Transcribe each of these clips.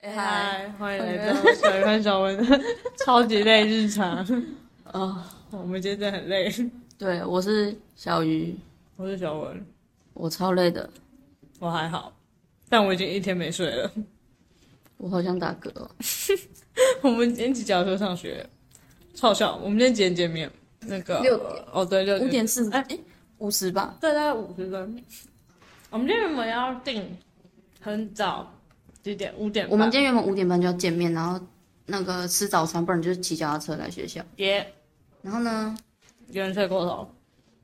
哎嗨，欢迎来到小潘小 文的超级累日常。哦，我们今天真的很累，对，我是小鱼，我是小文，我超累的，我还好，但我已经一天没睡了。我好想打嗝、哦。我们今天几点车上学？超笑，我们今天几点见面？那个六点哦，对，六五点，点四，哎、五十吧，对，大概五十分。我们今天原本要定很早，几点？五点半。我们今天原本五点半就要见面，然后那个吃早餐，不然就是骑脚踏车来学校。别然后呢，有人睡过头，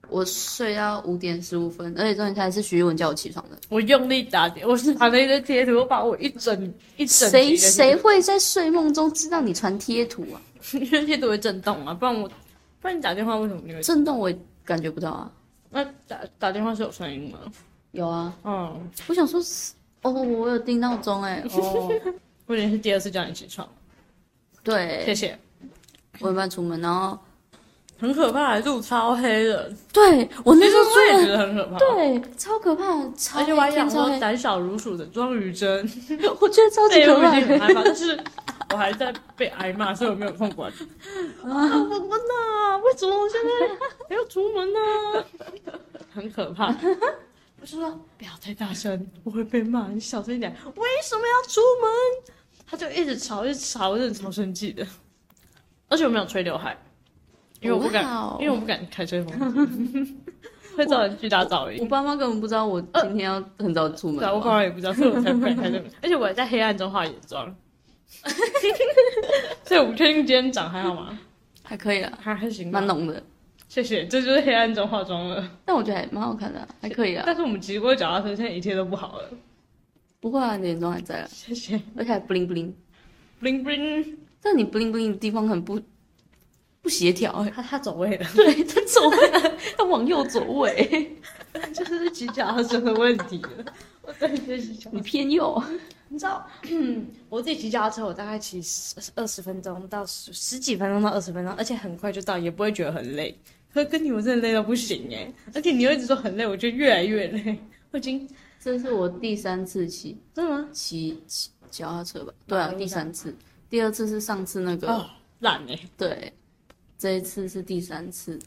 我睡到五点十五分，而且重点还是徐一文叫我起床的。我用力打点，我是传了一堆贴图，我把我一整一整集的谁贴图谁会在睡梦中知道你传贴图啊？因为贴图会震动啊，不然我，不然你打电话为什么你会？震动我也感觉不到啊。那打打电话是有声音吗？有啊，嗯，我想说，哦，我有定闹钟哎。 哦，不仅是第二次叫你起床，谢对，谢。我一般出门，然后很可怕，路超黑的，对我那其时实候我出也门觉。得很可怕。，对，超可怕，超而且黑我还天养超过黑，胆小如鼠的庄宇珍，我觉得 超级对，可哎我已怕的。经很害怕，但是我还在被挨骂，所以我没有空 管。啊，我不呐，为什么我现在还要出门呢？ 很可怕。我就说不要太大声，我会被骂。你小声一点。为什么要出门？他就一直吵，一直吵，我真的超生气的。而且我没有吹刘海，因为我不敢哇哦因为我不敢开吹风机， 会造成巨大噪我音。爸妈根本不知道我今天要很早出门对啊，我爸嘛。妈也不知道，所以我才不敢开吹风机。而且我还在黑暗中化眼妆， 所以我不确定今天长还好吗？还可以啊啦，还还行吧蛮。浓的，谢谢，这就是黑暗中化妆了。但我觉得还蛮好看的啊，还可以啊。但是我们骑过脚踏车，现在一切都不好了。不会啊，你眼妆还在啊，谢谢而且还 bling bling。 ，bling bling，但你 bling bling 的地方很不不协调 哎。哦他他走位了。对，他走位，他往右走 位， 就是骑脚踏车的问题了。 我真的觉得骑脚踏你车，偏右。啊你知道， 我自己骑脚踏车，我大概骑十二十分钟到十十几分钟到二十分钟，而且很快就到，也不会觉得很累。可是跟你我真的累到不行哎、而且你又一直说很累，我觉得越来越累。我已经这是我第三次骑真的吗？骑骑脚踏车吧？对啊，第三次，第二次是上次那个。哦，懒哎、对，这一次是第三次，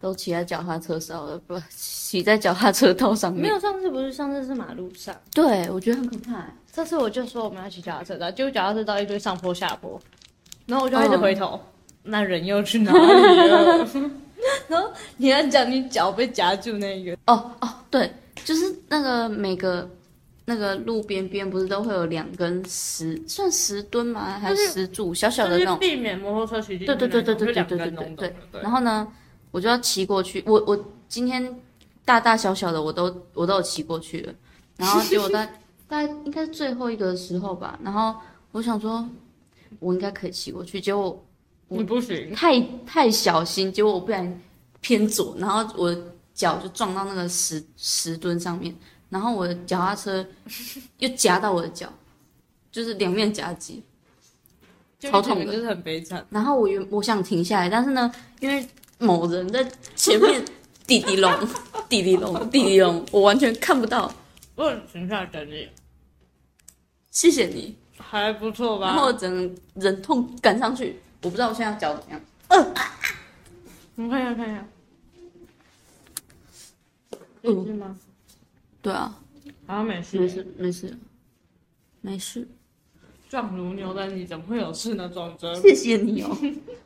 都骑在脚踏车上了，不骑在脚踏车道上面。没有，上次不是上次是马路上，对我觉得很可怕欸。这次我就说我们要骑脚踏车的，结果脚踏车到一堆上坡下坡，然后我就一直回头，那人又去哪里了？ 然后你还讲你脚被夹住那个，哦哦，对，就是那个每个那个路边边不是都会有两根石，算石墩吗？还是石柱，小小的就那是种。避免摩托车骑进去对那对种。对对对对对就两对根对龙对洞。对然后呢，我就要骑过去。我我今天大大小小的我都我都有骑过去了。然后结果在大概应该是最后一个的时候吧，然后我想说，我应该可以骑过去，结果你不行，太太小心，结果我不然偏左，然后我的脚就撞到那个石石墩上面，然后我的脚踏车又夹到我的脚，就是两面夹击。就超痛的就是很悲惨。然后我原我想停下来，但是呢，因为某人在前面滴滴隆滴滴隆滴滴隆，我完全看不到。我有停下来等你，谢谢你。还不错然后我吧？整个忍痛赶上去，我不知道我现在脚怎么样。你看一下，看一下，嗯是吗？对啊，好像没事，没事没事没事，壮如牛的你怎么会有事呢？壮真，谢谢你哦。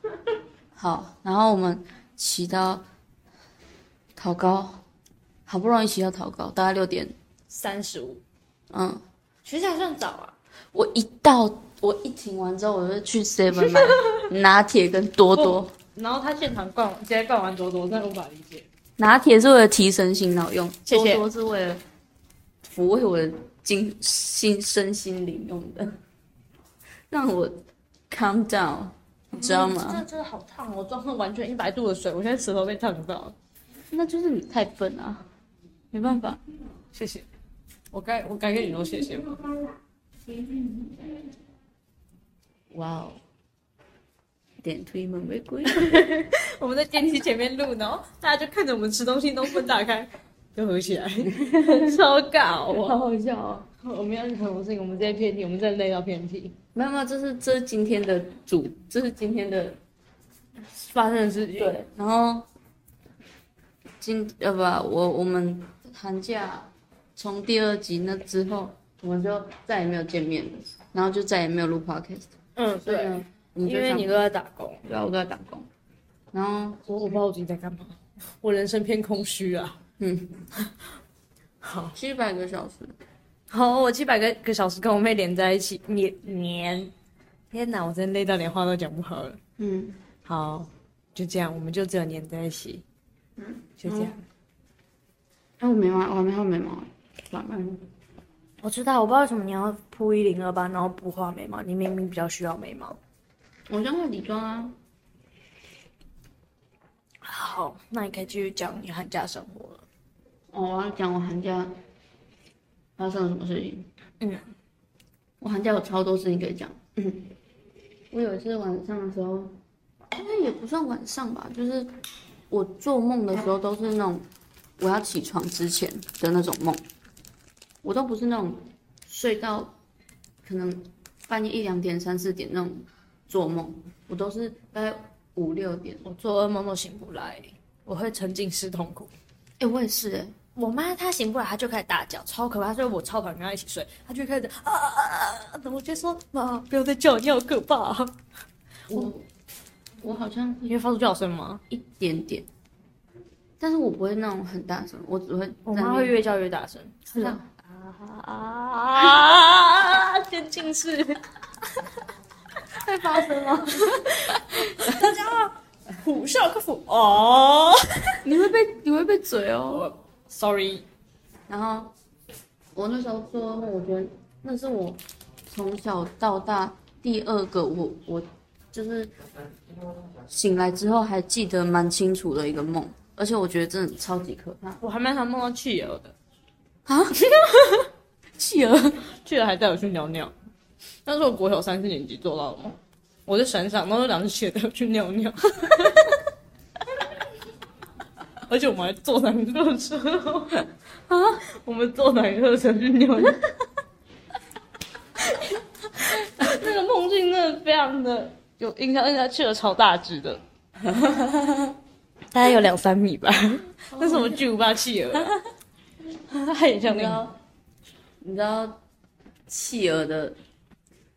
好，然后我们骑到桃高，好不容易骑到桃高，大概六点，三十五，嗯。其实还算早啊。我一到，我一停完之后，我就去 Seven 买拿铁跟多 多。然后他现场逛，直接逛完多多，我真的无法理解。拿铁是为了提神醒脑用，谢谢多多是为了抚慰我的精心身心灵用的， 让我 calm down，你知道真吗？的真的好烫哦，我装了完全一百度的水，我现在舌头被烫到了。那就是你太笨啊，没办法。谢谢，我该我该跟你说谢谢吗？哇哦，点推门玫瑰， 我们在电梯前面录，然 后大家就 看着我们吃东西，都门打开，就合起来，超搞哦。好好笑哦。我没有任何事情，我们直接偏题，我们真的累到偏题。没有没有，这是这是今天的主，这是今天的发生的事情，对，然后今呃不，我我们寒假从第二集那之后，我们就再也没有见面了，然后就再也没有录 podcast。嗯，所以对，呢，我们就因为上你都在打工，对啊，我都在打工，然后我我不知道我自己在干嘛，我人生偏空虚啊。七百个小时，好，我七百个个小时跟我妹连在一起，黏黏，天哪，我真的累到连话都讲不好了。嗯，好，就这样，我们就只有黏在一起，就这样。哎、我眉毛，我还没画眉毛，慢慢，我知道，我不知道为什么你要铺一零二八，然后不画眉毛，你明明比较需要眉毛。我先画底妆啊。好，那你可以继续讲你寒假生活了。哦，我要讲我寒假发生了什么事情。嗯，我寒假有超多事情可以讲。嗯，我有一次晚上的时候，应该也不算晚上吧，就是我做梦的时候都是那种我要起床之前的那种梦，我都不是那种睡到可能半夜一两点、三四点那种做梦，我都是大概五六点。我做噩梦都醒不来，我会沉浸式痛苦。哎、我也是哎、我妈她醒不来，她就开始大叫，超可怕。所以我超讨厌跟她一起睡，她就开始啊啊啊！啊然后我就说妈，不要再叫，你好可怕。我我好像你会发出叫声吗？一点点，但是我不会那种很大声，我只会我在妈那会边越叫越大声。是啊啊！先进式，会发生吗？大家好，虎啸克服哦。你会被你会被嘴哦。 Sorry，然后我那时候做噩梦，我觉得那是我从小到大第二个我我就是醒来之后还记得蛮清楚的一个梦，而且我觉得真的超级可怕我还蛮常梦到汽油的， 啊！企鹅，汽油还带我去尿尿，那是我国小三四年级做到的梦。我在山上，然后有两只企鹅带我去尿 尿，而且我们还坐缆热车啊！ 我们坐缆热车去尿尿， 那个梦境真的非常的有印象，而且它企鹅超大只的， 大概有两三米吧， 那什么巨无霸企鹅、啊，它也像你那知个。道你知道企鹅的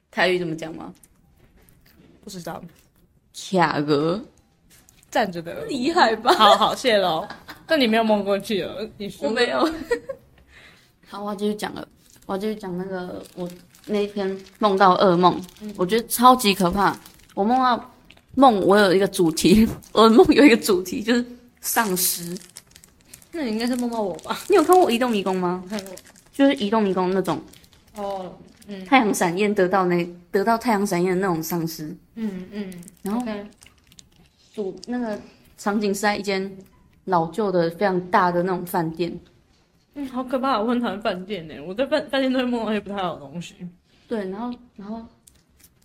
台语怎么讲吗？ 不知道，卡鹅。站着的。厉害吧？好好，谢喽。但你没有梦过去了，你说我没有。 好，我要继续讲了，我要继续讲那个我那一天梦到噩梦，我觉得超级可怕。我梦到梦，我有一个主题， 我的梦有一个主题就是丧尸。那你应该是梦到我吧？你有看过《移动迷宫》吗？看过。就是《移动迷宫》那种哦，太阳闪焰得到那得到太阳闪焰的那种丧尸。嗯嗯，然后主那个场景是在一间老旧的非常大的那种饭店，嗯，好可怕！我很讨厌饭店呢，我在饭饭店都会梦到一些不太好的东西。对，然后然后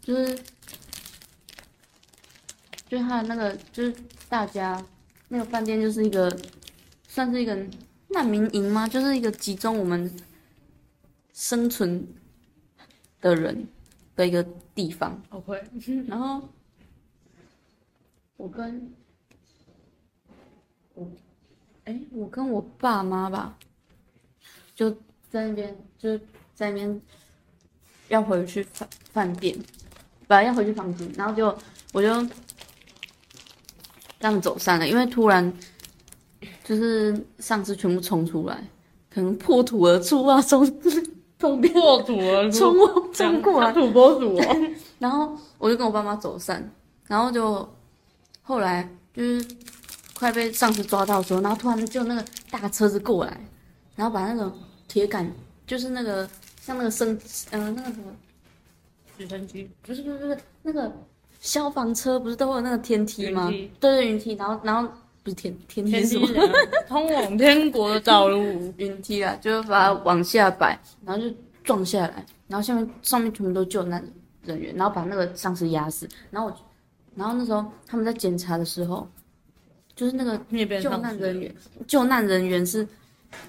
就是就是他的那个就是大家那个饭店就是一个算是一个难民营吗？就是一个集中我们生存的人的一个地方。 OK，然后我跟我哎，我跟我爸妈吧，就在那边，就是在那边要回去饭饭店，本来要回去房间，然后就我就这样走散了，因为突然就是丧尸全部冲出来，可能破土而出啊，从 从边破土了，冲我怎冲样过来，土拨鼠哦。 然后我就跟我爸妈走散，然后就后来就是快被上司抓到的时候，然后突然就那个大车子过来，然后把那种铁杆，就是那个像那个升，嗯、那个什么，呃直升机，不是不是不是那个消防车，不是都会有那个天梯吗？云梯对对，云梯，然后然后不是天天梯天是什梯么？人通往天国的道路。云梯啊，就是把它往下摆，然后就撞下来，然后下面上面全部都救难人员，然后把那个丧尸压死。然后我就，然后那时候他们在检查的时候，就是那个你也变救成难丧人尸了，员，救难人员是，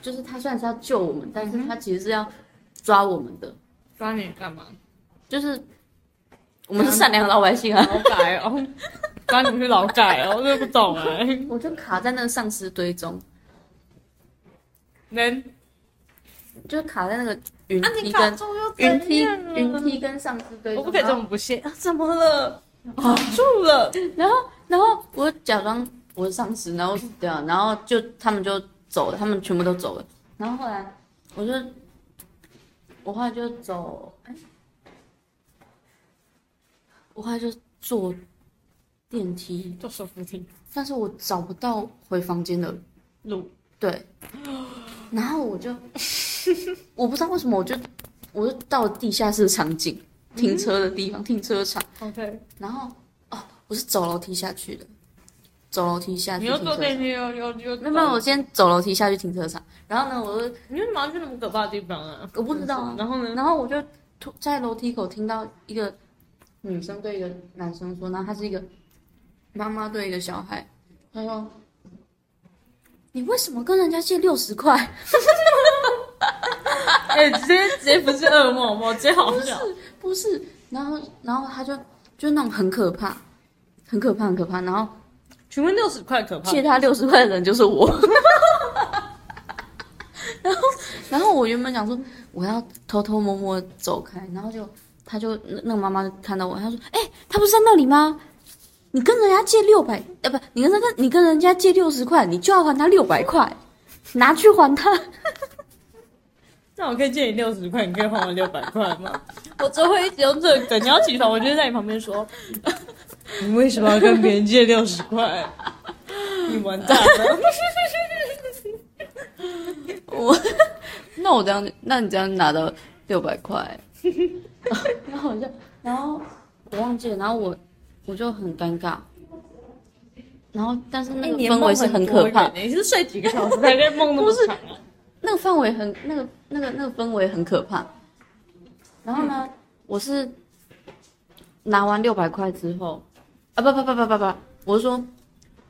就是他虽然是要救我们，但是他其实是要抓我们的，抓你干嘛？就是我们是善良的老百姓啊。劳改哦， 抓你们去劳改哦，我真的不懂哎、我就卡在那个丧尸堆中，能就是卡在那个云啊，梯你卡跟住又云怎梯样了啊云梯跟丧尸堆中。我不可以这么不屑啊！怎么了？卡 住了，然后，然后我假装我是丧尸，然后对啊，然后就他们就走了，他们全部都走了。然后后来我就，哎我后来就走，哎，我后来就坐电梯，就手扶梯但是我找不到回房间的路，对，然后我就， 我不知道为什么，我就我就到了地下室场景，停车的地方，停车场。 OK，然后哦，我是走楼梯下去的，走楼梯下去你停又车坐场。电梯又又又没有没有，我先走楼梯下去停车场。然后呢，我就你为什么要去那么可怕的地方啊？我不知道啊然后呢？然后我就突在楼梯口听到一个女生对一个男生说，然后他是一个妈妈对一个小孩，他说：“你为什么跟人家借六十块？”哎、直接直接不是噩梦，我直接好笑。不是，然后然后他就就那种很可怕，很可怕，很可怕。然后请问六十块可怕？借他六十块的人就是我。 然后然后我原本想说我要偷偷摸摸地走开，然后就他就那那个妈妈就看到我，她说：“哎、他不是在那里吗？”你跟人家借六百，呃，不，你跟那个你跟人家借六十块，你就要还他六百块，拿去还他。那我可以借你六十块，你可以还我六百块吗？ 我只会一直用这个梗。你要起床，我就在你旁边说：“ 你为什么要跟别人借六十块？你完蛋了 我，那我这样，那你这样拿到六百块， 然后我就，然后我忘记了，然后我我就很尴尬，然后但是！”那个你的氛围梦是很可怕，多远欸你是睡几个小时才可以梦那么长啊？那个氛围很那个那个那个氛围很可怕。然后呢，我是拿完六百块之后，啊不不不不不不，我是说。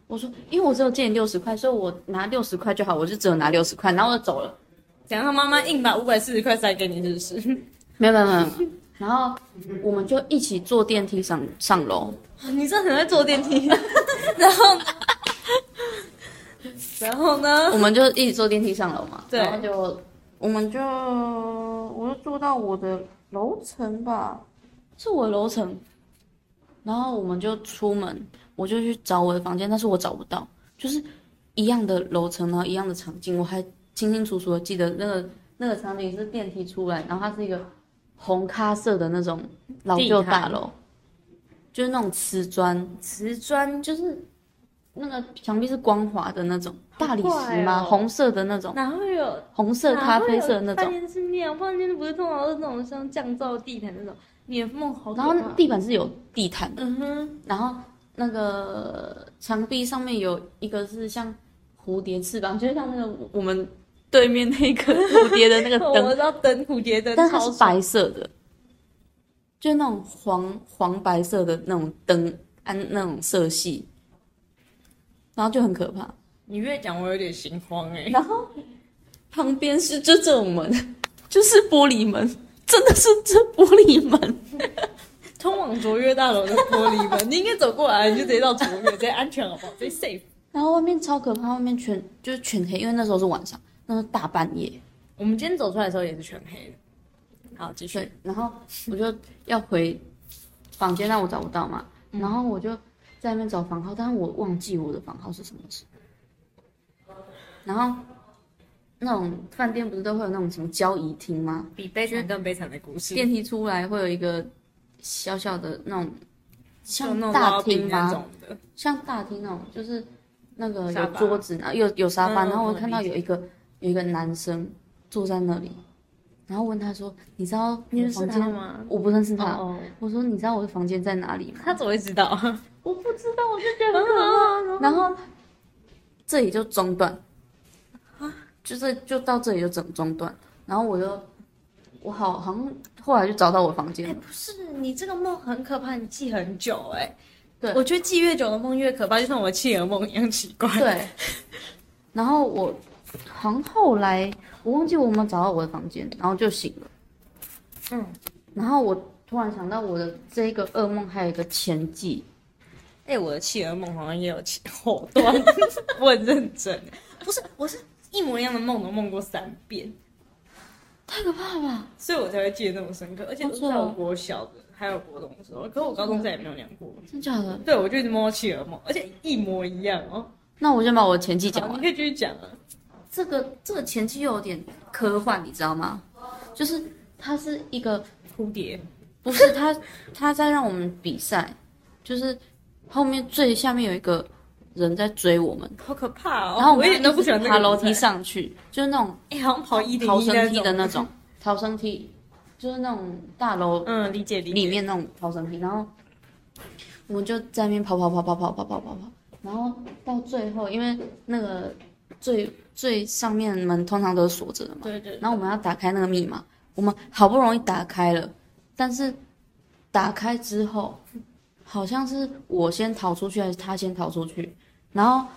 我说，因为我只有借你六十块，所以我拿六十块就好，我就只有拿六十块，然后我就走了。想让妈妈硬把五百四十块塞给你，是不是？没有没有没有。 没有然后我们就一起坐电梯上上楼， 你真的很会坐电梯。 然后呢，然后我呢？们就一起坐电梯上楼嘛。嗯对然后就我们就我就坐到我的楼层吧，是我的楼层。然后我们就出门，我就去找我的房间，但是我找不到，就是一样的楼层，然后一样的场景，我还清清楚楚的记得那个那个场景是电梯出来，然后它是一个红咖色的那种老旧大楼，就是那种瓷砖，瓷砖就是那个墙壁是光滑的那种大理石吗？好怪哦红色的那种，哪会有红色嗯咖啡色的那半种，天是尿，不然间不是通常都是那种像降噪地毯那种。你的梦好可然怕。后那地板是有地毯的，嗯哼，然后那个墙壁上面有一个是像蝴蝶翅膀，就是像那个我们对面那个蝴蝶的那个 我灯，知道灯蝴蝶灯但是它超是白色的，就是那种黄黄白色的那种灯，按那种色系，然后就很可怕。你越讲我有点心慌哎、然后旁边是就这种门，就是玻璃门，真的是这玻璃门。通往卓越大楼的玻璃门，你应该走过来，你就直接到卓越，直接安全好不好？直接 safe。然后外面超可怕，外面全就是全黑，因为那时候是晚上，那是大半夜。我们今天走出来的时候也是全黑的。好，继对续。，然后我就要回房间，但我找不到嘛，然后我就在那边找房号，但是我忘记我的房号是什么事。然后那种饭店不是都会有那种什么交易厅吗？比悲惨更悲惨的故事，电梯出来会有一个小小的那种就像那种大老饼厅那吗？种的，像大厅那种，就是那个沙有发桌子，然后有有沙发，嗯嗯然后我嗯看到有一个有一个男生坐在那里，然后问他说：“你知道我认识房他间？吗？我不认识他。哦，我说：“你知道我的房间在哪里吗他怎么会知道？？”我不知道，我就觉得很可怕。然后这里就中断，啊就是就到这里就整中断，然后我就我好好像后来就找到我房间哎、了。不是，你这个梦很可怕，你记很久哎、对我觉得记越久的梦越可怕，就像我的企鹅梦一样奇怪。 对，然后我好像后来我忘记我有没有找到我的房间，然后就醒了。嗯，然后我突然想到我的这个噩梦还有一个前记，哎、我的企鹅梦好像也有企后 段，我很认真。欸不是，我是一模一样的梦都梦过三遍，太可怕了吧！哦所以我才会记得那么深刻。而且都是在我国小的，还有国中的时候，可是我高中再也没有那样过。真假的？对，我就一直梦到企鹅梦，而且一模一样哦。那我先把我前记讲好完你。可以继续讲啊。这个这个前期又有点科幻，你知道吗？就是它是一个，蝴蝶，不是它 它在让我们比赛，就是后面最下面有一个人在追我们，好可怕哦！然后我们一点都不喜欢一直那个爬楼比梯赛，上去，就是那种哎、好像跑一零逃一生梯的那种。逃生梯，就是那种大楼嗯，理解理解。里面那种逃生梯，然后我们就在那边跑跑跑跑跑跑跑跑跑，然后到最后，因为那个最最上面的门通常都是锁着的嘛，对对然后我们要打开那个密码，我们好不容易打开了，但是打开之后，好像是我先逃出去还是他先逃出去，然后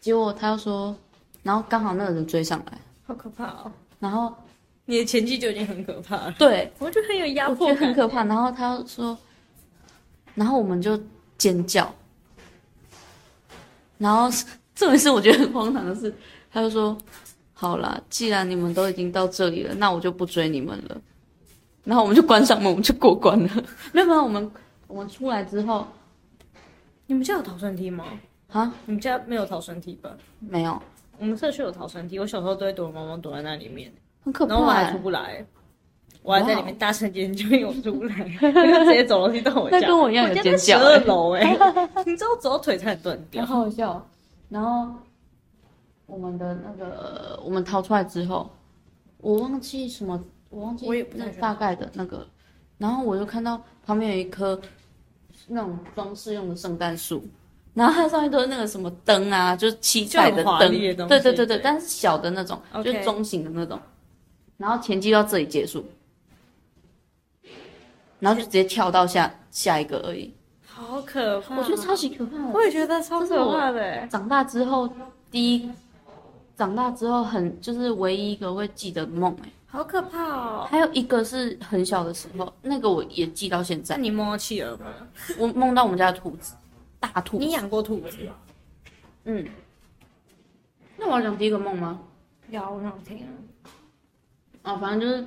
结果他又说，然后刚好那个人追上来，好可怕哦！然后你的前期就已经很可怕了，对，我啊觉得很有压我觉迫得感，很可怕。然后他说，然后我们就尖叫，然后这点是我觉得很荒唐的是，他就说，好啦，既然你们都已经到这里了，那我就不追你们了。然后我们就关上门，我们就过关了。没有没有，我们我们出来之后你们家有逃生梯吗？啊，你们家没有逃生梯吧？没有，我们社区有逃生梯，我小时候都会躲猫猫躲在那里面，很可怕、然后我还欸出不来，我还在里哇面大声尖叫，因为我出不来，因为直接走楼梯到我家。那跟我一样有家尖叫欸十二楼哎，你知道走到腿差点断掉很。好笑。然后我们的那个，我们逃出来之后，我忘记什么，我忘记我也不太那个知道大概的那个。然后我就看到旁边有一棵那种装饰用的圣诞树，然后它上面都是那个什么灯啊，就是七彩的就很华灯，丽的东西对对对对对，但是小的那种 OK 就是中型的那种。然后前期到这里结束，然后就直接跳到下下一个而已。嗯好可怕！我觉得超级可怕的。我也觉得超这是可我怕的哎。长大之后第一，长大之后很就是唯一一个会记得梦哎、好可怕哦！还有一个是很小的时候，那个我也记到现那在，你摸企鹅吗？我梦到我们家的兔子，大兔子你养过兔子吗？嗯。那我要讲第一个梦吗？有，我想听啊。啊，反正就是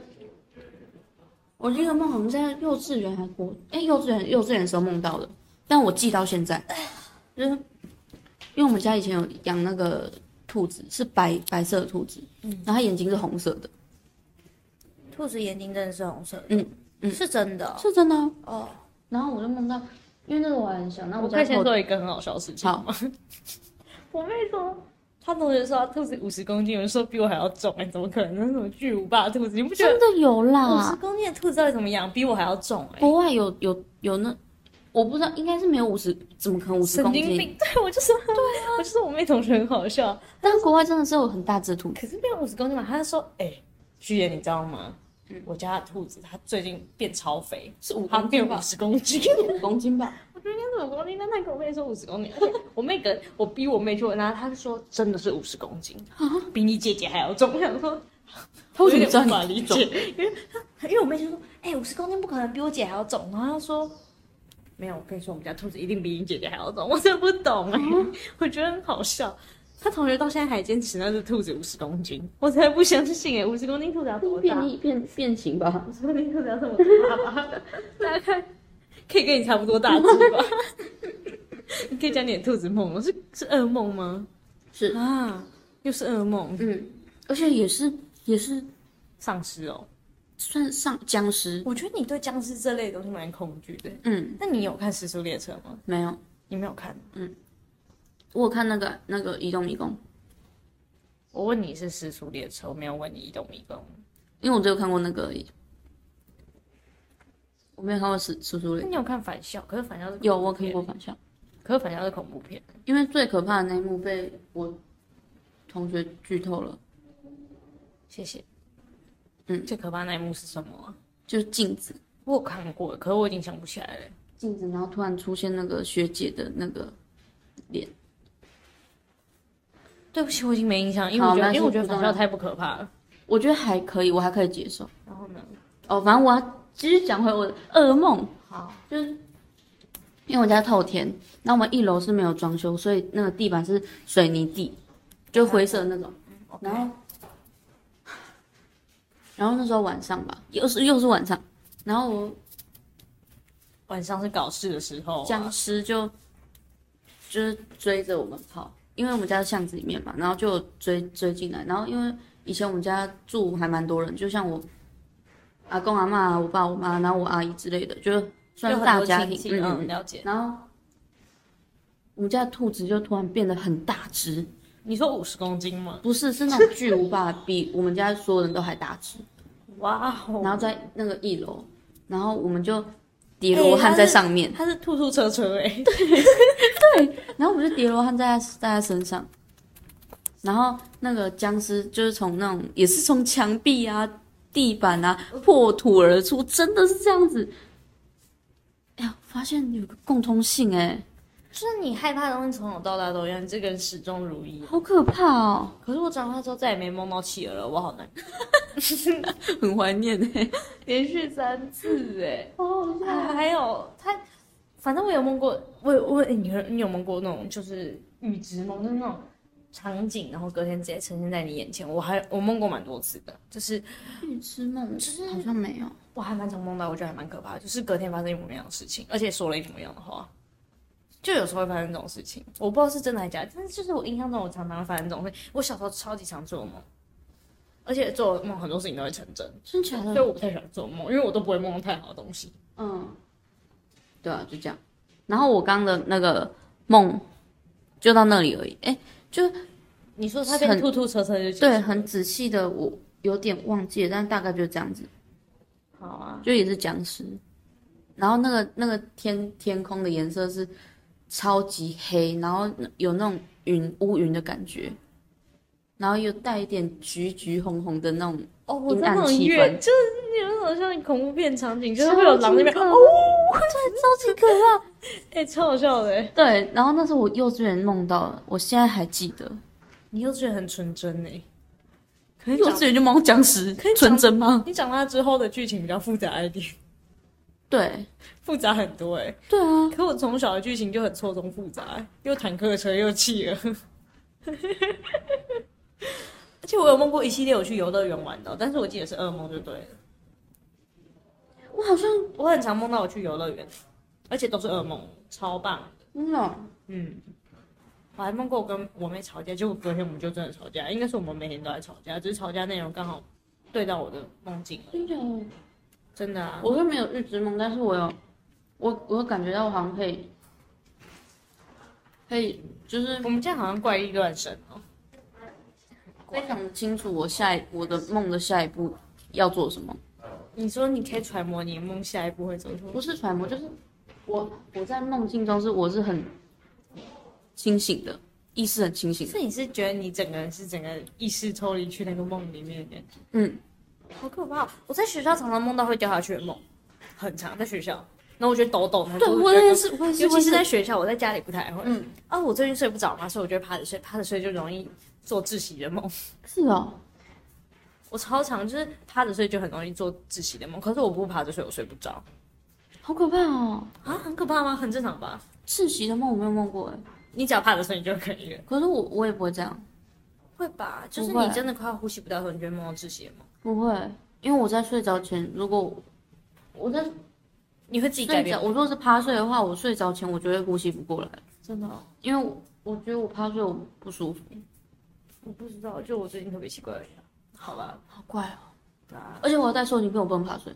我第一个梦，好像在幼稚园还国哎、幼稚园幼稚园的时候梦到的，但我记到现在， 就是因为我们家以前有养那个兔子，是白白色的兔子，然后它眼睛是红色的，兔子眼睛真的是红色的，嗯嗯是真的哦是真的啊、哦。然后我就梦到，因为那个我还很小，那我我可在以先后做一个很好笑的事 情吗？我妹说，她同学说她兔子五十公斤，有人说比我还要重、哎，怎么可能？那是什么巨无霸兔子？你不觉真得的啊有五十啦，公斤的兔子到底怎么养？比我还要重、哎，国外有有有那，我不知道，应该是没有五十，怎么可能五十神公经斤？病！对，我就说，对 啊，我就说我妹同学很好笑，但是国外真的是有很大只的兔子，可是变五十公斤嘛，她就说，哎、徐姐你知道吗？我家的兔子它最近变超肥，是五它变嗯五吧？十公斤。五公斤吧？那种公斤，但他跟我妹说五十公斤， 而且我妹跟我逼我妹去问她，她就说真的是五十公斤，比你姐姐还要重。我想说，他为什么有知道点无你法理解？因为她因为我妹就说，哎、五十公斤不可能比我姐还要重，然后她说没有，我跟你说，我们家兔子一定比你姐姐还要重。我真的不懂哎、 我觉得很好笑。她同学到现在还坚持那是兔子五十公斤，我才不相信哎、欸，五十公斤兔子要多大？变异变变形吧五？十公斤兔子要这么大吧？大概可以跟你差不多大只吧？ 你可以讲你的兔子梦，是是噩梦吗？是，啊，又是噩梦，嗯，而且也是也是丧尸哦。算上僵尸，我觉得你对僵尸这类的东西蛮恐惧的。嗯，那你有看《时速列车》吗？没有，你没有看。我有看那个那个移动迷宫，我问你是《时速列车》，我没有问你《移动迷宫》。因为我只有看过那个而已，我没有看过叔叔叔那嘞，你有看《返校》？可是《返校》是恐怖有我有看片过，反向。可是《返校》是恐怖片。因为最可怕的那一幕被我同学剧透了，谢谢。嗯最可怕的那一幕是什么啊？就是镜子，我有看过，可是我已经想不起来了。镜子，然后突然出现那个学姐的那个脸，对不起，我已经没印象，因为我觉好得，那因为我觉得是《返不重校》要太不可怕了。我觉得还可以，我还可以接受。然后呢？哦，反正我要继续讲回我的噩梦，好，就是因为我家透天，那我们一楼是没有装修，所以那个地板是水泥地，就灰色的那种。然后， 然后那时候晚上吧，又是又是晚上，然后我晚上是搞事的时候、僵啊，尸就就是追着我们跑，因为我们家巷子里面嘛，然后就有追追进来，然后因为以前我们家住还蛮多人，就像我阿公阿妈、我爸我妈，然后我阿姨之类的，就算有是很大多家亲庭，戚嗯嗯，嗯，了解。然后我们家的兔子就突然变得很大只，你说五十公斤吗？不是是那种巨无霸，比我们家所有人都还大只，哇哦！然后在那个一楼，然后我们就叠罗汉在上面。哎它是兔兔车车哎、然后我就叠罗汉在他在他身上，然后那个僵尸就是从那种也是从墙壁啊、地板啊破土而出，真的是这样子。哎呀，我发现有个共通性哎、就是你害怕的东西从小到大都一样，你这个人始终如一。好可怕哦，可是我长大之后再也没梦到企鹅了，我好难过。 很怀念哎、 连续三次哎、哦，还还有他，反正我有梦过，我有我有你有你有梦过那种就是预知梦，就是那种场景，然后隔天直接呈现在你眼前。我还我梦过蛮多次的，就是预知梦就是好像没有，我还蛮常梦到，我觉得还蛮可怕的，就是隔天发生一模一样的事情，而且说了一模一样的话，就有时候会发生这种事情。我不知道是真的还是假的，但是就是我印象中我常常会发生这种事情。我小时候超级常做梦，而且做梦很多事情都会成真，真假所以的？我不太喜欢做梦，因为我都不会梦到太好的东西。嗯，对啊，就这样。然后我刚的那个梦就到那里而已，哎、就你说它变很兔兔车车就结束对，很仔细的，我有点忘记了，但大概就这样子，好啊，就也是僵尸。然后那个那个天天空的颜色是超级黑，然后有那种云乌云的感觉，然后又带一点橘橘红红的那种，哦，我阴知道暗那种气乐氛就是有那种像恐怖片场景，就是会有狼那边超级可怕哦，对，超级可怕。哎、超好笑的欸。对，然后那是我幼稚园梦到的，我现在还记得。你幼稚园很纯真哎，可能幼稚园就梦到僵尸，纯真吗？你长大之后的剧情比较复杂一点，对，复杂很多哎、对啊，可我从小的剧情就很错综复杂、欸，又坦克车又企鹅， 而且我有梦过一系列我去游乐园玩的，但是我记得是噩梦就对了。我好像我很常梦到我去游乐园，而且都是噩梦，超棒。真的哦嗯，我还梦过我跟我妹吵架，结果隔天我们就真的吵架，应该是我们每天都在吵架，只是吵架内容刚好对到我的梦境了。真的哦真的啊，我是没有预知梦，但是我有，我我感觉到我好像可以，可以就是我们这样好像怪力乱神哦。非常的清楚我下一我的梦的下一步要做什么，你说你可以揣摩你梦下一步会做什么？不是揣摩，就是我我在梦境中是我是很清醒的，意识很清醒的，是你是觉得你整个人是整个意识抽离去那个梦里面的感觉，嗯，好可怕哦！我在学校常常梦到会掉下去的梦，很常在学校，然后我觉得抖抖，对我也，是，我也是，尤我其也是在学校，我在家里不太会。嗯，啊，我最近睡不着嘛，所以我就会趴着睡，趴着睡就容易做窒息的梦。是哦，我超常就是趴着睡就很容易做窒息的梦，可是我不趴着睡我睡不着好可怕哦，啊，很可怕吗？很正常吧？窒息的梦我没有梦过哎，你只要趴着睡你就可以了，可是我我也不会这样，会吧？就是不会你真的快要呼吸不到的时候，你就会梦到窒息的梦，不会，因为我在睡着前如果我我在你会自己改睡变着，。我如果是趴睡的话，我睡着前我就会呼吸不过来，真的、哦，因为我我觉得我趴睡我不舒服，我不知道，就我最近特别奇怪而已啊。好吧，好怪哦。对啊，而且我要带塑形片，我不能趴睡，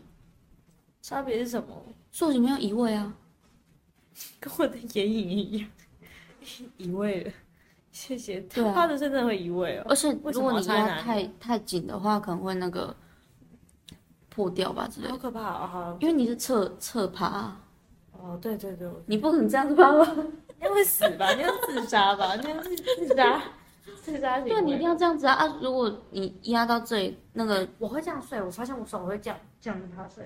差别是什么？塑形片要移位啊。跟我的眼影一样， 移位了。谢谢，对啊趴着睡真的会移位哦。而且为什如果么你要穿压蓝太太紧的话，可能会那个破掉吧之类好的，可怕啊！好因为你是侧侧趴啊，哦，对对对，我你不可能这样子趴吧？你会死吧？你要自杀吧？你要自自杀，自杀行为对，你一定要这样子啊啊！如果你压到这里，那个我会这样睡，我发现我手会这样这样子趴睡，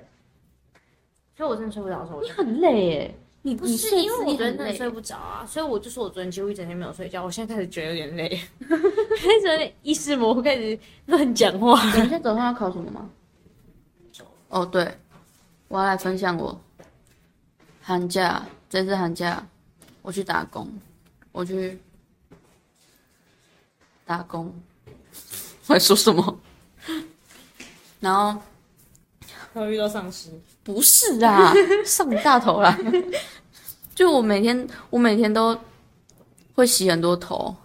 所以我真的睡不着的时候，我你就很累哎，你不你是睡因为姿我你昨天很真的累睡不着啊，所以我就说我昨天几乎一整天没有睡觉，我现在开始觉得有 点累。开始有点意识模糊，开始乱讲话。你们现在早上要考什么吗？哦，对，我要来分享我寒假这次寒假我去打工，我去打工， 我在说什么？ 然后会遇到丧尸，不是 啊，上你大头啦！就我每天，我每天都会洗很多头，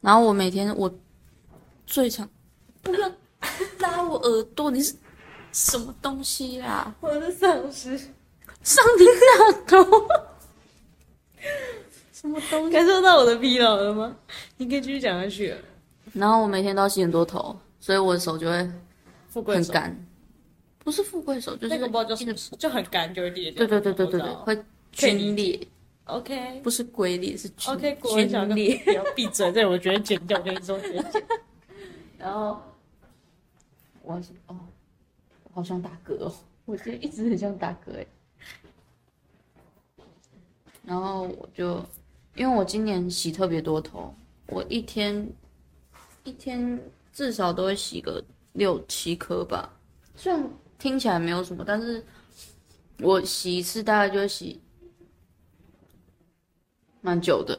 然后我每天我最常不要拉我耳朵，你是什么东西啦？我是丧尸，上你大头！感受到我的疲劳了吗？你可以继续讲下去了。然后我每天都要洗很多头，所以我的手就会富贵很手，干，不是富贵手，就是那个不知道叫什一么直，就很干，就会裂掉。对对对对对对，我知道会可以理皲裂， OK 不是龟裂，是皲 OK，果然想皲裂。不要闭嘴，这我觉得剪掉，我跟你说，直接剪然后我要是哦，我好想打嗝哦，我今天一直很想打嗝哎。然后我就因为我今年洗特别多头，我一天一天至少都会洗个六七颗吧，虽然听起来没有什么，但是我洗一次大概就会洗蛮久的。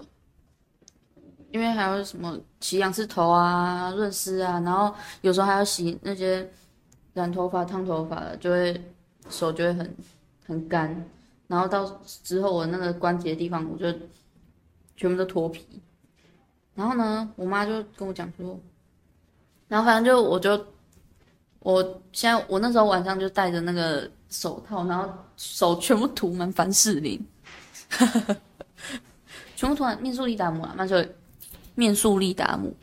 因为还有什么洗两次头啊、润湿啊，然后有时候还要洗那些染头发、烫头发的，就会手就会很很干，然后到之后我那个关节的地方，我就全部都脱皮。然后呢，我妈就跟我讲说，然后反正就我就我现在我那时候晚上就戴着那个手套，然后手全部涂满凡士林， 全部涂满面速力达姆啊，那时候面速力达姆，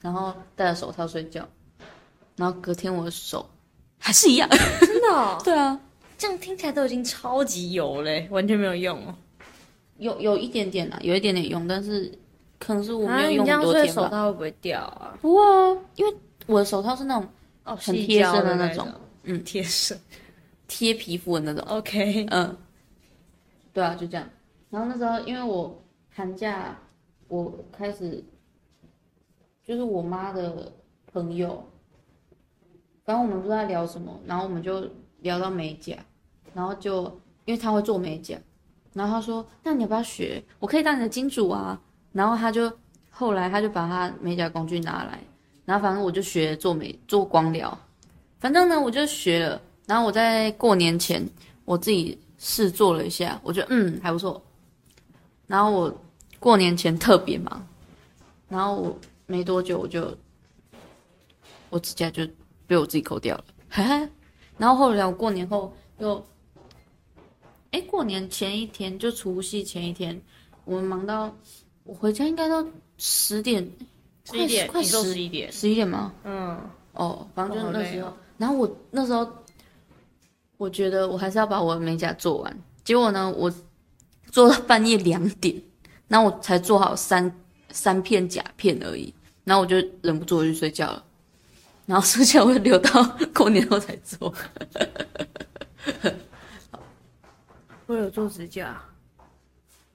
然后戴着手套睡觉，然后隔天我的手还是一样，真的 哦，对啊，这样听起来都已经超级油嘞，完全没有用哦。有有一点点啦，有一点点用，但是可能是我没啊，有你用这很样多睡天手吧。套会不会掉啊？不会啊，因为我的手套是那种哦，很细贴胶身的那那种，嗯，贴身贴皮肤的那种。 OK，嗯， 对啊，就这样。然后那时候因为我寒假我开始，就是我妈的朋友，反正我们不知道在聊什么，然后我们就聊到美甲，然后就因为她会做美甲，然后她说：“那你要不要学？我可以当你的金主啊。”然后她就后来她就把她美甲工具拿来，然后反正我就学做美做光疗，反正呢我就学了。然后我在过年前我自己试做了一下，我觉得嗯还不错。然后我过年前特别忙，然后我没多久我就我指甲就被我自己抠掉了， 哈哈。然后后来我过年后又，哎，过年前一天就除夕前一天，我们忙到我回家应该都十点，十一点，快你说十十一点，十一点吗？嗯，哦，反正就是哦好那累时候，哦然后我那时候，我觉得我还是要把我的美甲做完。结果呢，我做到半夜两点，然后我才做好三三片甲片而已，然后我就忍不住我就睡觉了，然后睡觉我就留到过年后才做。我有做指甲，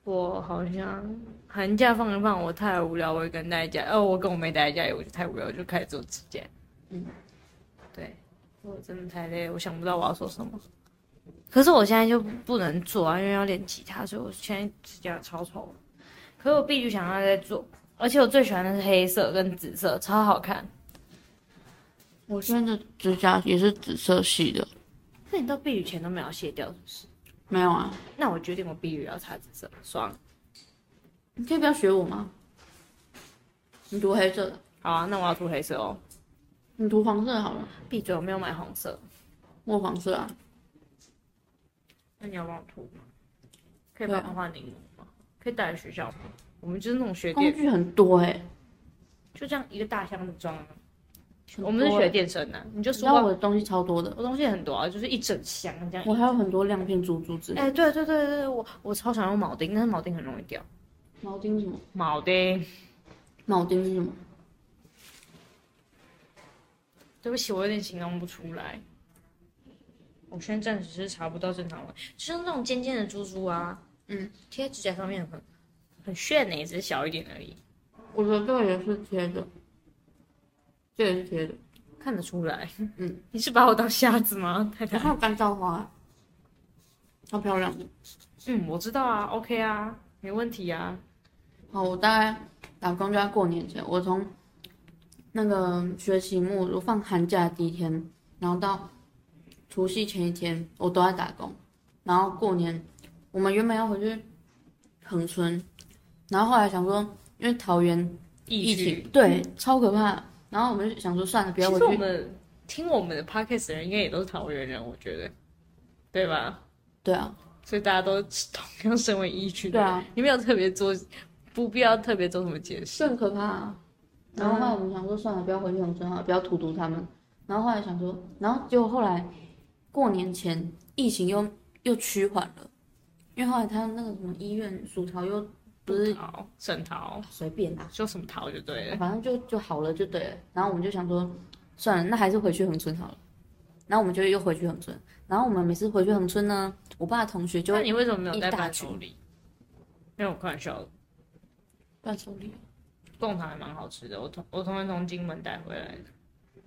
我好像寒假放一放，我太无聊，我也跟待在家，哦，我跟我妹待在家里，我就太无聊，我就开始做指甲。嗯，对，我真的太累了，我想不到我要说什么。可是我现在就不能做啊，因为要练吉他，所以我现在指甲超丑。可是我必须想要再做，而且我最喜欢的是黑色跟紫色，超好看。我现在的指甲也是紫色系的，那你到避雨前都没有卸掉，是不是？没有啊？那我决定我避雨要擦紫色爽。你可以不要学我吗？你涂黑色的，好啊，那我要涂黑色哦。你涂黄色的好了，闭嘴，我没有买红色。我有黄色啊。那你要帮我涂吗？可以帮对啊我画柠檬吗？可以带来学校吗？我们就是那种学工电，具很多哎、就这样一个大箱子装啊。很我们是多学欸电生的、你就你说知道我的东西超多的，我东西很多啊，就是一整箱这样。我还有很多亮片珠珠之类哎、的。对对对对，我我超想用铆钉，但是铆钉很容易掉。铆钉是什么？铆钉，铆钉是什么？对不起，我有点形容不出来。我现在暂时是查不到正常纹，就是那种尖尖的珠珠啊，嗯，贴在指甲上面很很炫呢、只是小一点而已，我的这个也是贴的，这也是 贴的，看得出来。嗯， 你是把我当瞎子吗，太我太？还有干燥花，超漂亮的。嗯，我知道啊，OK 啊，没问题啊。好，我大概打工就在过年前，我从那个学期末，我放寒假第一天，然后到除夕前一天，我都在打工。然后过年，我们原本要回去恒春，然后后来想说，因为桃园疫情。情对超可怕，然后我们就想说啊算了，不要其回实我去。们听我们的 podcast 的人应该也都是桃园人，我觉得，对吧？对啊，所以大家都是同样身为疫区的对人，啊，你没有特别做，不必要特别做什么解释。是很可怕、啊。然后后来我们想说，算了，不要回去农村好了，不要荼毒他们。然后后来想说，然后结果后来过年前疫情又又趋缓了，因为后来他那个什么医院鼠潮又不是桃，沈桃，随便啦、说什么桃就对了。反正就就好了就对了。然后我们就想说，算了，那还是回去恒春好了。然后我们就又回去恒春。然后我们每次回去恒春呢，我爸的同学就那你为什么没有一带大伴群手礼？没有，我开玩笑的，伴手礼，贡糖还蛮好吃的，我同我同学从金门带回来的，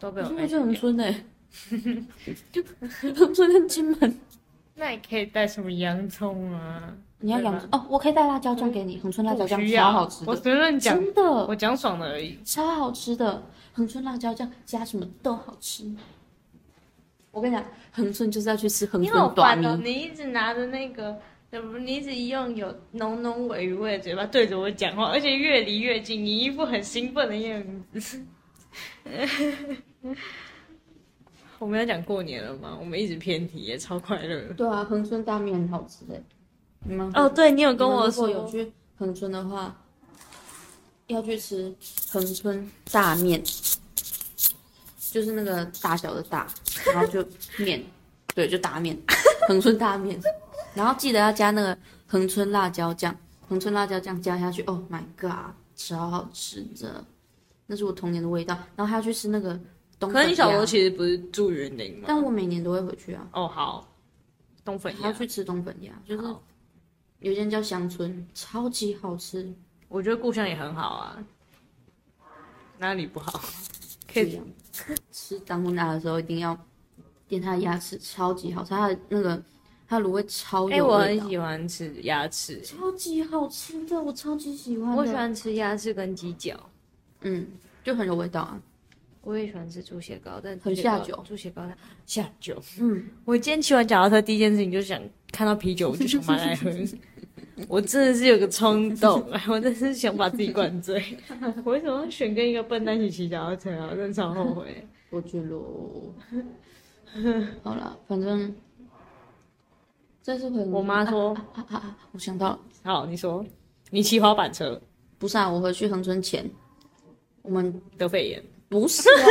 都被可我是妹回去吃恒掉。春哎、 就恒春跟金门。那你可以带什么洋葱啊？你要养对哦，我可以带辣椒酱给你，恒春辣椒不酱需超要，好吃我的，随便讲，真的我讲爽的而已。超好吃的，恒春辣椒酱加什么都好吃。我跟你讲，恒春就是要去吃恒你好春短烦米，哦！你一直拿着那个，你一直用有浓浓尾鱼味的嘴巴对着我讲话，而且越离越近，你一副很兴奋的样子。 我们要讲过年了吗？我们一直偏题耶，超快乐的。对啊，恒春大面很好吃的。你们哦，，对你有你跟们我如果说有去恒春的话，要去吃恒春大面，就是那个大小的大，然后就面，对，就大面，恒春大面，然后记得要加那个恒春辣椒酱，恒春辣椒酱加下去，Oh my god，超好吃的，那是我童年的味道。然后还要去吃那个东可粉是你小时候鸭其实不是住园林吗？但我每年都会回去啊，哦，好，东粉还要鸭，去吃东粉鸭，就是好有一间叫乡村，超级好吃，我觉得故乡也很好啊，哪里不好？可这以样。吃当归鸭的时候一定要点它的鸭翅，超级好吃，它的那个它的卤味超哎、有我味很道，喜欢吃鸭翅，超级好吃的，我超级喜欢的，我喜，欢吃鸭翅跟鸡脚。嗯，就很有味道啊，我也喜欢吃猪血糕，但很猪血糕下酒猪血糕它下酒。嗯，我今天骑完脚踏车第一件事情就想看到啤酒，我就想买 来喝。我真的是有个冲动，哎我真的是想把自己灌醉。 我为什么要选跟一个笨蛋一起骑脚踏车啊？我真的超后悔。我觉得， 好了，反正 这次回我妈说啊啊啊，我想到了，：“好，你说你骑滑板车不是啊，我回去恒春前，我们得肺炎，不是、啊、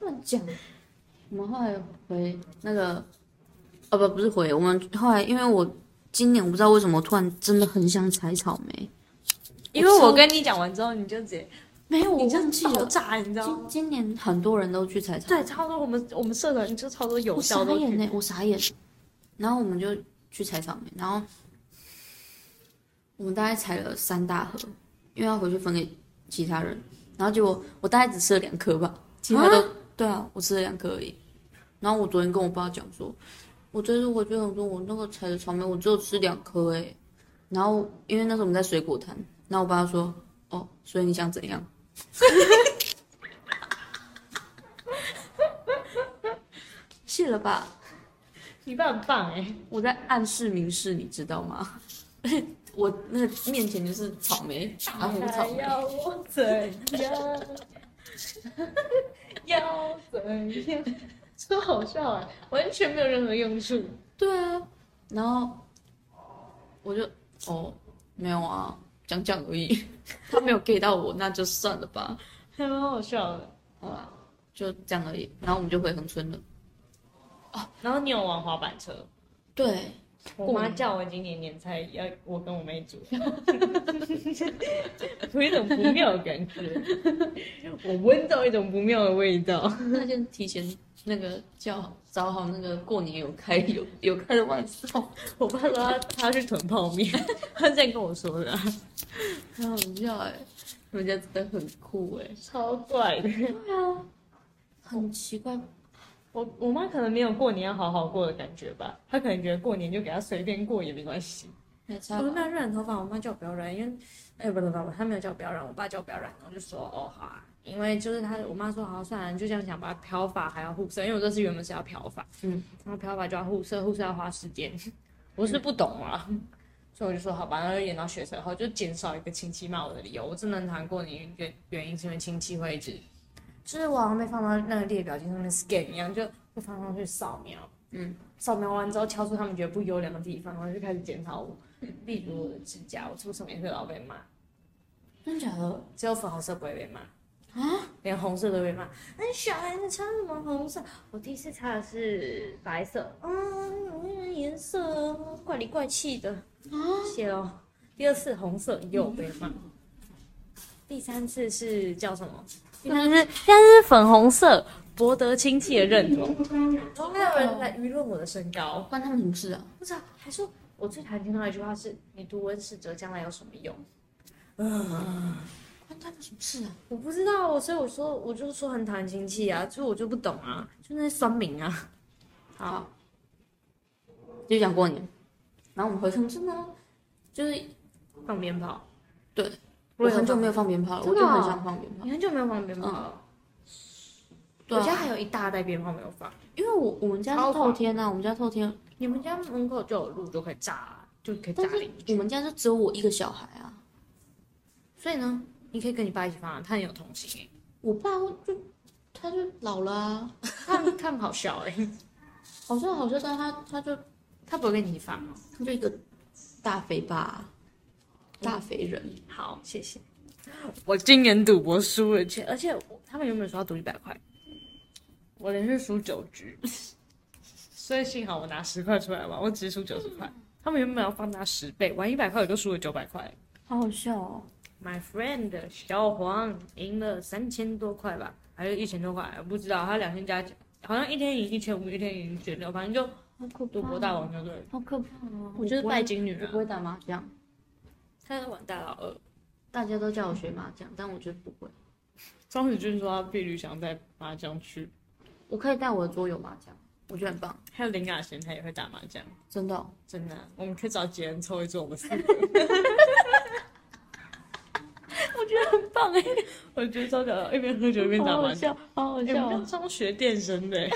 乱 讲。 我们后来回那个，哦不，不是回我们后来，因为我今年我不知道为什么突然真的很想采草莓，因为我跟你讲完之后，你就直接没有我你就忘记爆了。炸，你知道今吗？今年很多人都去采草莓，对，超多我们我们社团就超多有我傻效都眼去呢、我傻眼。然后我们就去采草莓，然后我们大概采了三大盒，因为要回去分给其他人。然后结果我大概只吃了两颗吧，其他都、对啊，我吃了两颗而已。然后我昨天跟我爸讲说，我这次回去很说，我那个采的草莓我只有吃两颗哎、然后因为那时候我们在水果摊，然后我爸说，哦，所以你想怎样？谢了吧。你爸很棒哎、我在暗示明示，你知道吗？ 我那个面前就是草莓，阿啊姆草莓，要我怎样？要怎样？超好笑啊，完全没有任何用处。对啊，然后我就哦，没有啊，讲讲而已， 他没有 get 到我，那就算了吧，还蛮好笑的。好啦，就这样而已。然后我们就回恒春了。然后你有玩滑板车，对，我妈叫我今年年菜要我跟我妹煮，有一种不妙的感觉，我闻到一种不妙的味道。那就提前那个叫找好那个过年有开有有开的外送，我爸说他他去囤泡面，他这样跟我说 的，很好笑哎、你们家真的很酷哎、超怪的。很奇怪，我我妈可能没有过年要好好过的感觉吧，她可能觉得过年就给她随便过也没关系。没差我说吧？那染头发，我妈叫我不要染，因为，哎、不不不，她没有叫我不要染，我爸叫我不要染，然后就说哦好啊，因为就是她我妈说好算了，你就这样想吧，漂发还要护色，因为我这次原本是要漂发，嗯，然后漂发就要护色，护色要花时间， 我是不懂啊，嗯 所以我就说好吧，那就演到学车后就减少一个亲戚骂我的理由。我真的很讨厌过年原原因是因为亲戚会一直，就是我好像被放到那个列表机上面 scan 一样，就会放上去扫描，嗯，扫描完之后敲出他们觉得不优良的地方，然后就开始检讨我，例如我的指甲，我出什么颜色老被骂，真假的？只有粉红色不会被骂啊，连红色都被骂。那小孩子穿什么红色？我第一次擦的是白色，嗯，颜色怪里怪气的啊，谢喽。第二次红色又被骂， 第三次是叫什么？第三次，第三次粉红色，博得亲戚的认同。从来没有人来舆论我的身高，关他们什么事啊？不知道还说。我最讨厌听到一句话是：“你读文史哲将来有什么用？”关他们什么事啊？我不知道，我所以我说我就说很讨厌亲戚啊，所以我就不懂啊，就那些酸民啊。好，就讲过年，然后我们回城市呢，就是放鞭炮，对我我也很久没有有放鞭炮了，我真就的哦很想放鞭放，炮。你很久没有放鞭炮了。嗯对我家啊，还有一大袋鞭炮没有放。因为我我们家超是透棒天啊，我们家透天，你们家门口就有路，就可以炸啊，就可以炸但是邻我居。们家就只有我一个小孩啊。所以呢，你可以跟你爸一起放啊，他很有童心 欸我爸就他就老了、啊，他很他很好笑哎、好像好像，但他他就他不会跟你一起放哦。他就一个大肥爸啊，大肥人。好，谢谢。我今年赌博输了，而且而且我他们原本说要赌一百块，我连续输九局， 所以幸好我拿十块出来玩，我只输九十块。他们原本要放大十倍，玩一百块我就输了九百块。好好笑哦！ My friend 小黄赢了三千多块吧，还是一千多块，不知道。他两天加起，好像一天赢一千五，一天赢一千六，反正就好可赌博大王就对了。好可怕哦！我就是拜金女我啊不，会打麻将，他在玩大老二。大家都叫我学麻将，但我就是不会。张子俊说他必须想带麻将去，我可以带我的桌游麻将，我觉得很棒，还有林雅贤他也会打麻将。真的哦、真的啊、我们可以找几人凑一桌，我们 四个。 我觉得很棒哎、我觉得超搞笑，一边喝酒一边打好麻欸好将。笑，好好哎我们笑，啊刚刚学健身的、欸，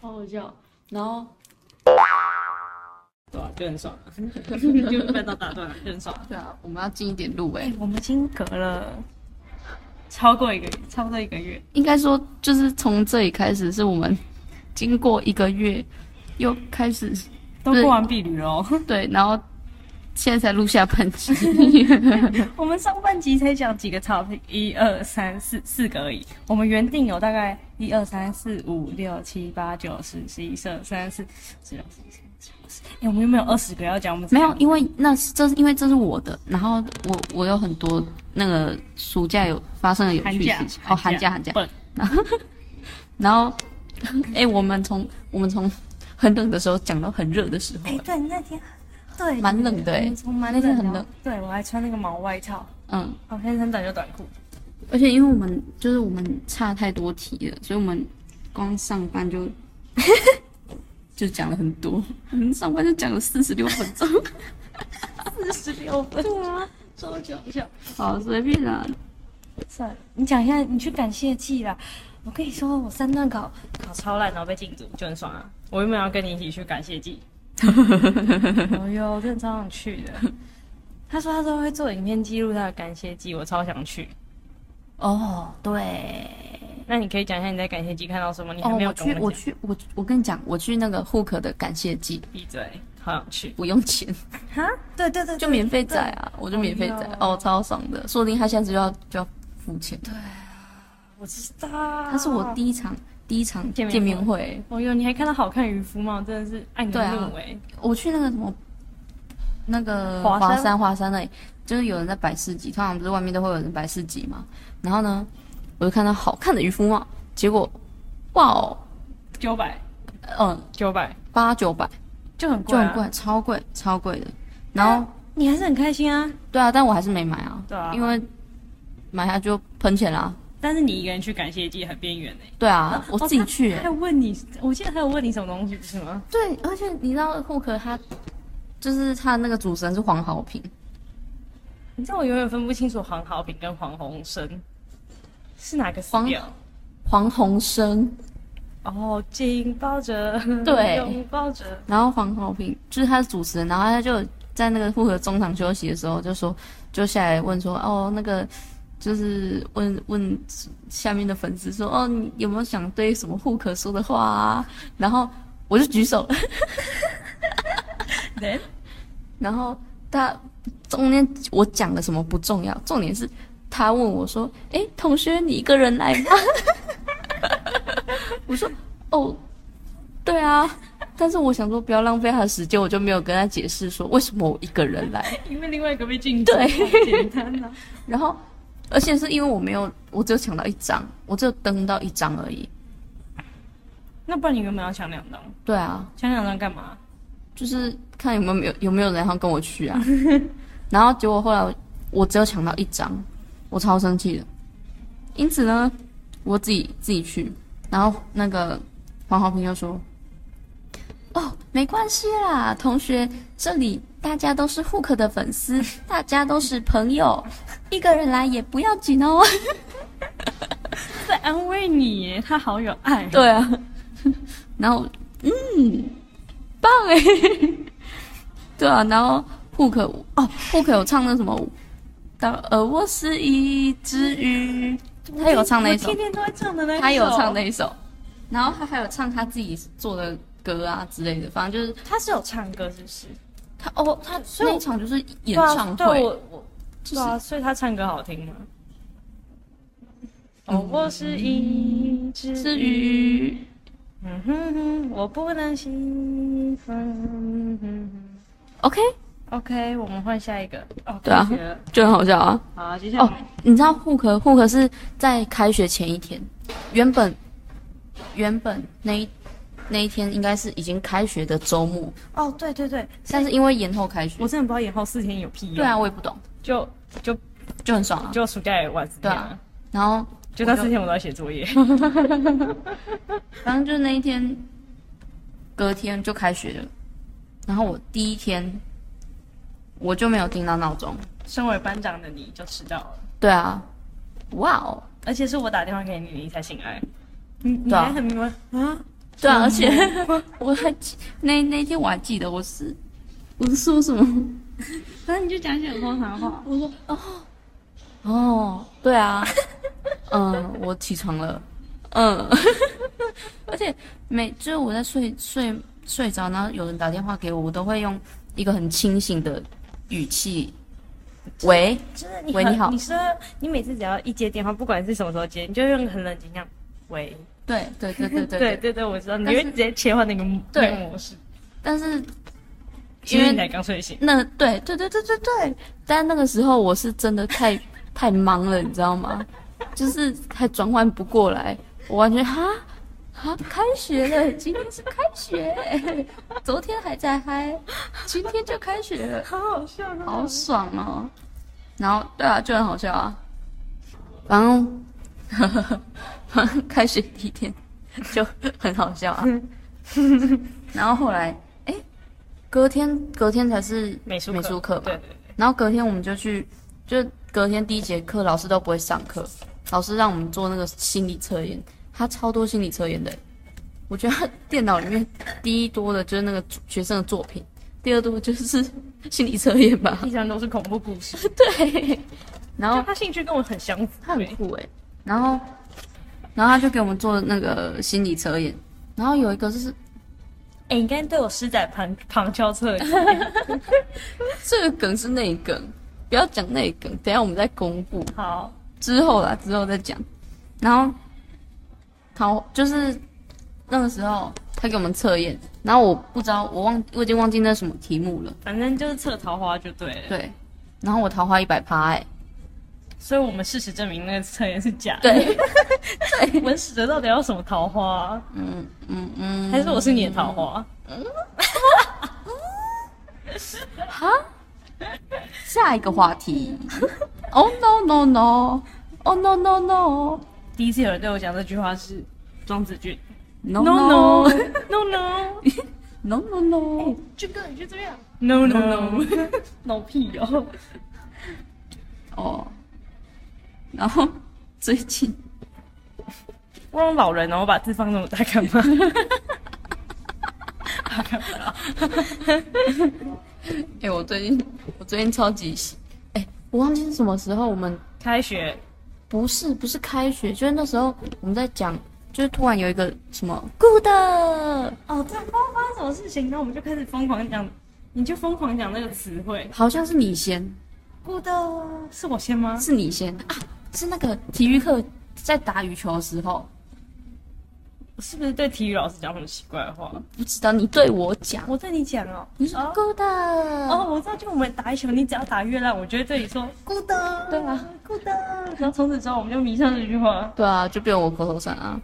好好笑。然后对啊，就很爽、啊，就被到打断了，就很爽。对啊，我们要近一点录哎、我们已经隔了超过一个月，差不多一个月。应该说就是从这里开始，是我们经过一个月又开始都过完避旅了哦，对，然后现在才录下半集。我们上半集才讲几个 topic，一二三四四个而已。我们原定有大概一二三四五六七八九十十一十二十三十四十六十七十八十。哎，我们有没有二十个要讲？我们只没有，因为那是这是因为这是我的，然后我我有很多那个暑假有发生的有寒趣的假事情，哦，寒假寒假不， 然后 哎、我们从我们从 很冷的时候讲到很热的时候哎，，对，那天对，蛮冷的我哎、们从蛮那天冷，很冷，对我还穿那个毛外套，嗯，我先穿短袖短裤。而且因为我们就是我们差太多题了，所以我们光上班就 就讲了很多，我们上班就讲了四十六分钟， 四十六分，对啊，超搞笑。好，随便啦，算了，你讲一下，你去感谢季啦。我跟你说，我三段考考超烂，然后被禁足，就很爽啊！我原本要跟你一起去感谢祭，哎呦，我真的超想去的。他说他说会做影片记录他的感谢季，我超想去。哦，对，那你可以讲一下你在感谢季看到什么？你还哦，没有我跟去，我我讲。去，我我跟你讲，我去那个 Hook 的感谢季，闭嘴，好想去。不用钱，哈，对对对，就免费载 啊，我就免费哎载，哦，超爽的，啊说不定他下次就要就要付钱。我知道。他他是我第一场第一场见面会见面会，哦哟，你还看到好看渔夫帽，真的是爱能入围。我去那个什么，那个华山华山华山那里，就是有人在摆市集，通常不是外面都会有人摆市集嘛。然后呢，我就看到好看的渔夫帽，结果，哇哦，九百嗯，九百八九百就很贵、就啊，很贵，啊超贵，超贵的。然后，你还是很开心啊。对啊，但我还是没买啊，对啊因为买下就喷钱啦。但是你一个人去感谢祭很边缘哎。对啊，我哦自己他去、还有问你，我记得还有问你什么东西不是吗？对，而且你知道户可他，就是他那个主持人是黄好平，你知道我永远分不清楚黄好平跟黄鸿升是哪个死黄掉？黄鸿升。哦，紧抱着，对拥抱着。然后黄好平就是他是主持人，然后他就在那个复合中场休息的时候就说，就下来问说，哦，那个就是问问下面的粉丝说，哦，你有没有想对什么户可说的话啊？然后我就举手， Then？然后他中间我讲的什么不重要，重点是他问我说，诶，同学你一个人来吗？ 我说，哦，对啊。但是我想说，不要浪费他的时间，我就没有跟他解释说为什么我一个人来。因为另外一个被禁止，对，简单啊。然后，而且是因为我没有，我只有抢到一张，我只有登到一张而已。那不然你原本要抢两张，对啊，抢两张干嘛？就是看有没有没有有没有人要跟我去啊。 然后结果后来我我只有抢到一张，我超生气的。因此呢，我自己自己去，然后那个黄浩平就说：“哦，没关系啦，同学，这里大家都是 Hook 的粉丝，大家都是朋友，一个人来也不要紧哦。”他在安慰你耶，他好有爱。对啊， 然后嗯，棒哎， 对啊，然后 Hook 哦，Hook 有唱那什么，到呃，我是一只鱼，他有唱那一我首天，天都在唱的那一首，他有唱那一首，然后他还有唱他自己做的歌啊之类的，反正就是他是有唱歌，是不是？他哦，他所以那我一场就是对演啊唱对会，我我对啊，所以他唱歌好听吗？嗯哦，我是一只是鱼，鱼，嗯哼哼，我不能兴奋。嗯哼哼 OK， OK，我们换下一个。哦，对啊开学了就很好笑啊。好，接下来哦，你知道户口户口是在开学前一天，原本原本那一那一天应该是已经开学的周末，哦，对对对，但是因为延后开学我，真的不知道延后四天有屁用。对啊，，我也不懂，就就就很爽啊。就暑假也玩四天对啊，然后就到四天我都在写作业。 反正就是那一天，隔天就开学了，然后我第一天我就没有听到闹钟，身为班长的你就迟到了，对啊，哇哦，而且是我打电话给你，你才醒来。你你对啊还很明白啊？对啊，而且 我还记那那天我还记得我是我是说什么。反正你就讲一些很荒唐的话。我说哦哦，对 啊，嗯，我起床了，嗯， 而且每就是我在睡睡睡着，然后有人打电话给我，我都会用一个很清醒的语气，喂，就是你喂很你好你说你每次只要一接电话，不管是什么时候接，你就用很冷静这样。喂， 对对对 对对对对对，我知道，你但是会直接切换那个对那个模式，但是其因实你才为刚睡醒。那对对对对对对，但那个时候我是真的太太忙了，你知道吗？就是还转换不过来，我完全哈。啊，开学了！今天是开学，昨天还在嗨，今天就开学了，好好笑啊！好爽哦！然后对啊，就很好笑啊。然后，反正 开学第一天就很好笑啊。然后后来，哎，隔天隔天才是美术美术课嘛对对对，然后隔天我们就去，就隔天第一节课老师都不会上课，老师让我们做那个心理测验，他超多心理测验的欸。我觉得他 电脑里面第一多的就是那个学生的作品，第二多就是 心理测验吧。一张都是恐怖故事，对，然就后他兴趣跟我很相符。他对很酷哎、然后然后他就给我们做那个心理测验，然后有一个就是哎、你刚才对我施展旁旁敲侧 击，这个梗是内梗，不要讲内梗，等一下我们再公布。好，之后啦，之后再讲。然后桃，就是那个时候他给我们测验，然后我不知道，我忘我已经忘记那什么题目了。反正就是测桃花就对了。对，然后我桃花一百趴哎，所以我们事实证明那个测验是假的。 对， 文史哲到底要什么桃花啊、嗯嗯嗯，还是我是你的桃花？下一个话 题。oh no no no oh no no no 第一次有人对我讲这句话是庄子君。 no No no Oh no no no no no no，俊哥，你就这样？No no no，老屁哦！哦，然后最近我用老人哦，我把字放那么大干嘛？ 哎、我最近我最近超级喜，哎、我忘记是什么时候，我们开学不是不是开学，就是那时候我们在讲，就是突然有一个什么 good，哦，对，不知道发生什么事情，然后我们就开始疯狂讲，你就疯狂讲那个词汇。好像是你先，不的，是我先吗？是你先啊，是那个体育课在打羽球的时候，是不是对体育老师讲什么奇怪的话？不知道你对我讲，我嗯对你讲哦，你说哦 good，哦，哦，我知道，就我们打一球，你只要打越烂，我就会对你说 good，对啊， good。然后从此之后，我们就迷上这句话。对啊，就变我口头禅啊。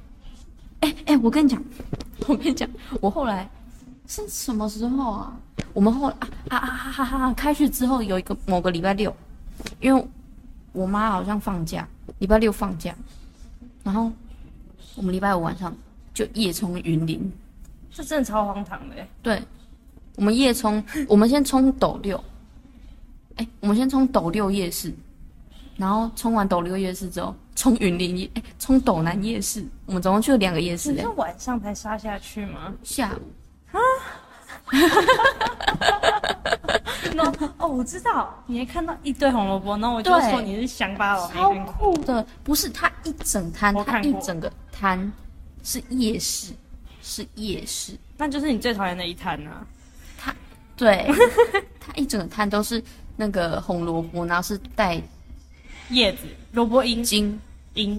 哎、哎、我跟你讲， 我跟你讲，我后来是什么时候啊？我们后来啊啊啊哈哈哈哈！开学之后有一个某个礼拜六，因为我妈好像放假，礼拜六放假，然后我们礼拜五晚上就夜冲云林。这真的超荒唐的欸，对，我们夜冲，我们先冲斗六，哎、我们先冲斗六夜市，然后冲完斗六夜市之后，冲云林夜，哎、冲斗南夜市，我们总共去了两个夜市、你哎是，晚上才杀下去吗？下午， 哦，我知道，你还看到一堆红萝卜，然后我就对说你是乡巴佬超那边。酷的，不是它一整摊，我它看一过整个摊是夜市，是夜市，那就是你最讨厌的一摊啊！ 对，它一整个摊都是那个红萝卜，然后是带叶子、萝卜缨、金缨，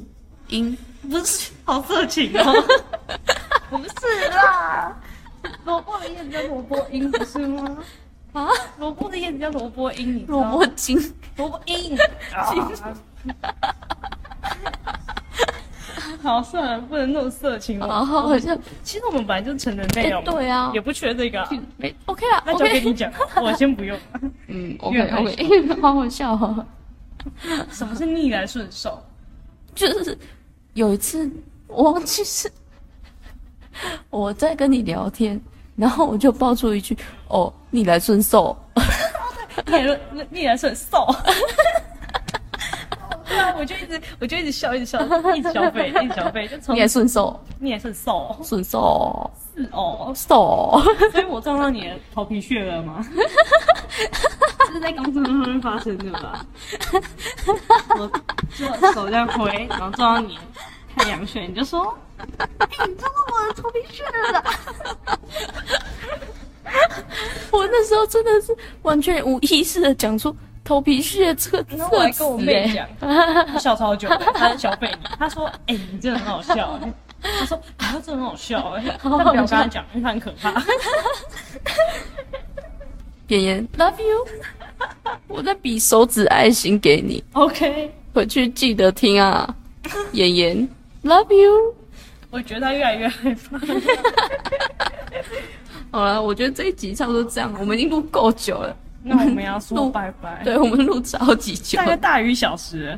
银不是，好色情 哦！萝卜的叶子叫萝卜缨，不是吗？啊，萝卜的叶子叫萝卜缨，你知道萝吗卜金。萝卜缨。啊 好，算了，不能那么色情然了。后哦好像其实我们本来就成人内哎容，对啊也不缺这个啊。没 OK 啦那就，OK，跟你 讲，我先不用。嗯越，OK 来越 OK，好 好笑哦。什么是逆来顺 受？就是有一次，我忘记是 我在跟你聊天，然后我就爆出一句：“哦，逆来顺受。逆来顺逆来顺受。 对啊，我就一直我就一直笑，一直笑，一直消费，一直消费，就”从逆来顺受，逆来顺受顺受，是哦。受。所以我撞到你的头皮屑了 吗？这是在公司上面发生的吧？我就手这样挥，然后撞到你太阳穴，你就说 我那时候真的是完全无意识的讲出“头皮屑”这个这然后我还个词、跟我妹欸。讲，她笑超久的，她在小贝你，她说：“哎、你真的很好笑、欸。”她说：“啊，真的很好笑、 欸。”但不要跟她讲，因为她很可怕。妍妍，Love you，我在比手指爱心给你。 OK，回去记得听 啊，妍妍，love you。我觉得她越来越害怕。好了，我觉得这一集差不多这样，我们已经录够久了，那我们要录说拜拜，对，我们录超级久大概 了，大于一小时。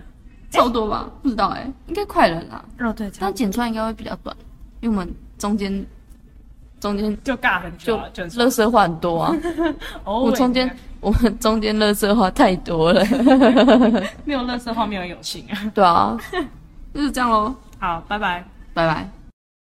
差不多吧？不知道哎、应该快了啦，哦，对，差但不多剪出来应该会比较短，因为我们中间中间就尬很久就啊，就乐色话很多啊，哦，我们中间我们中间乐色话太多 了，没有乐色话，没有友情啊。对啊，就是这样喽， 好，拜拜。拜拜。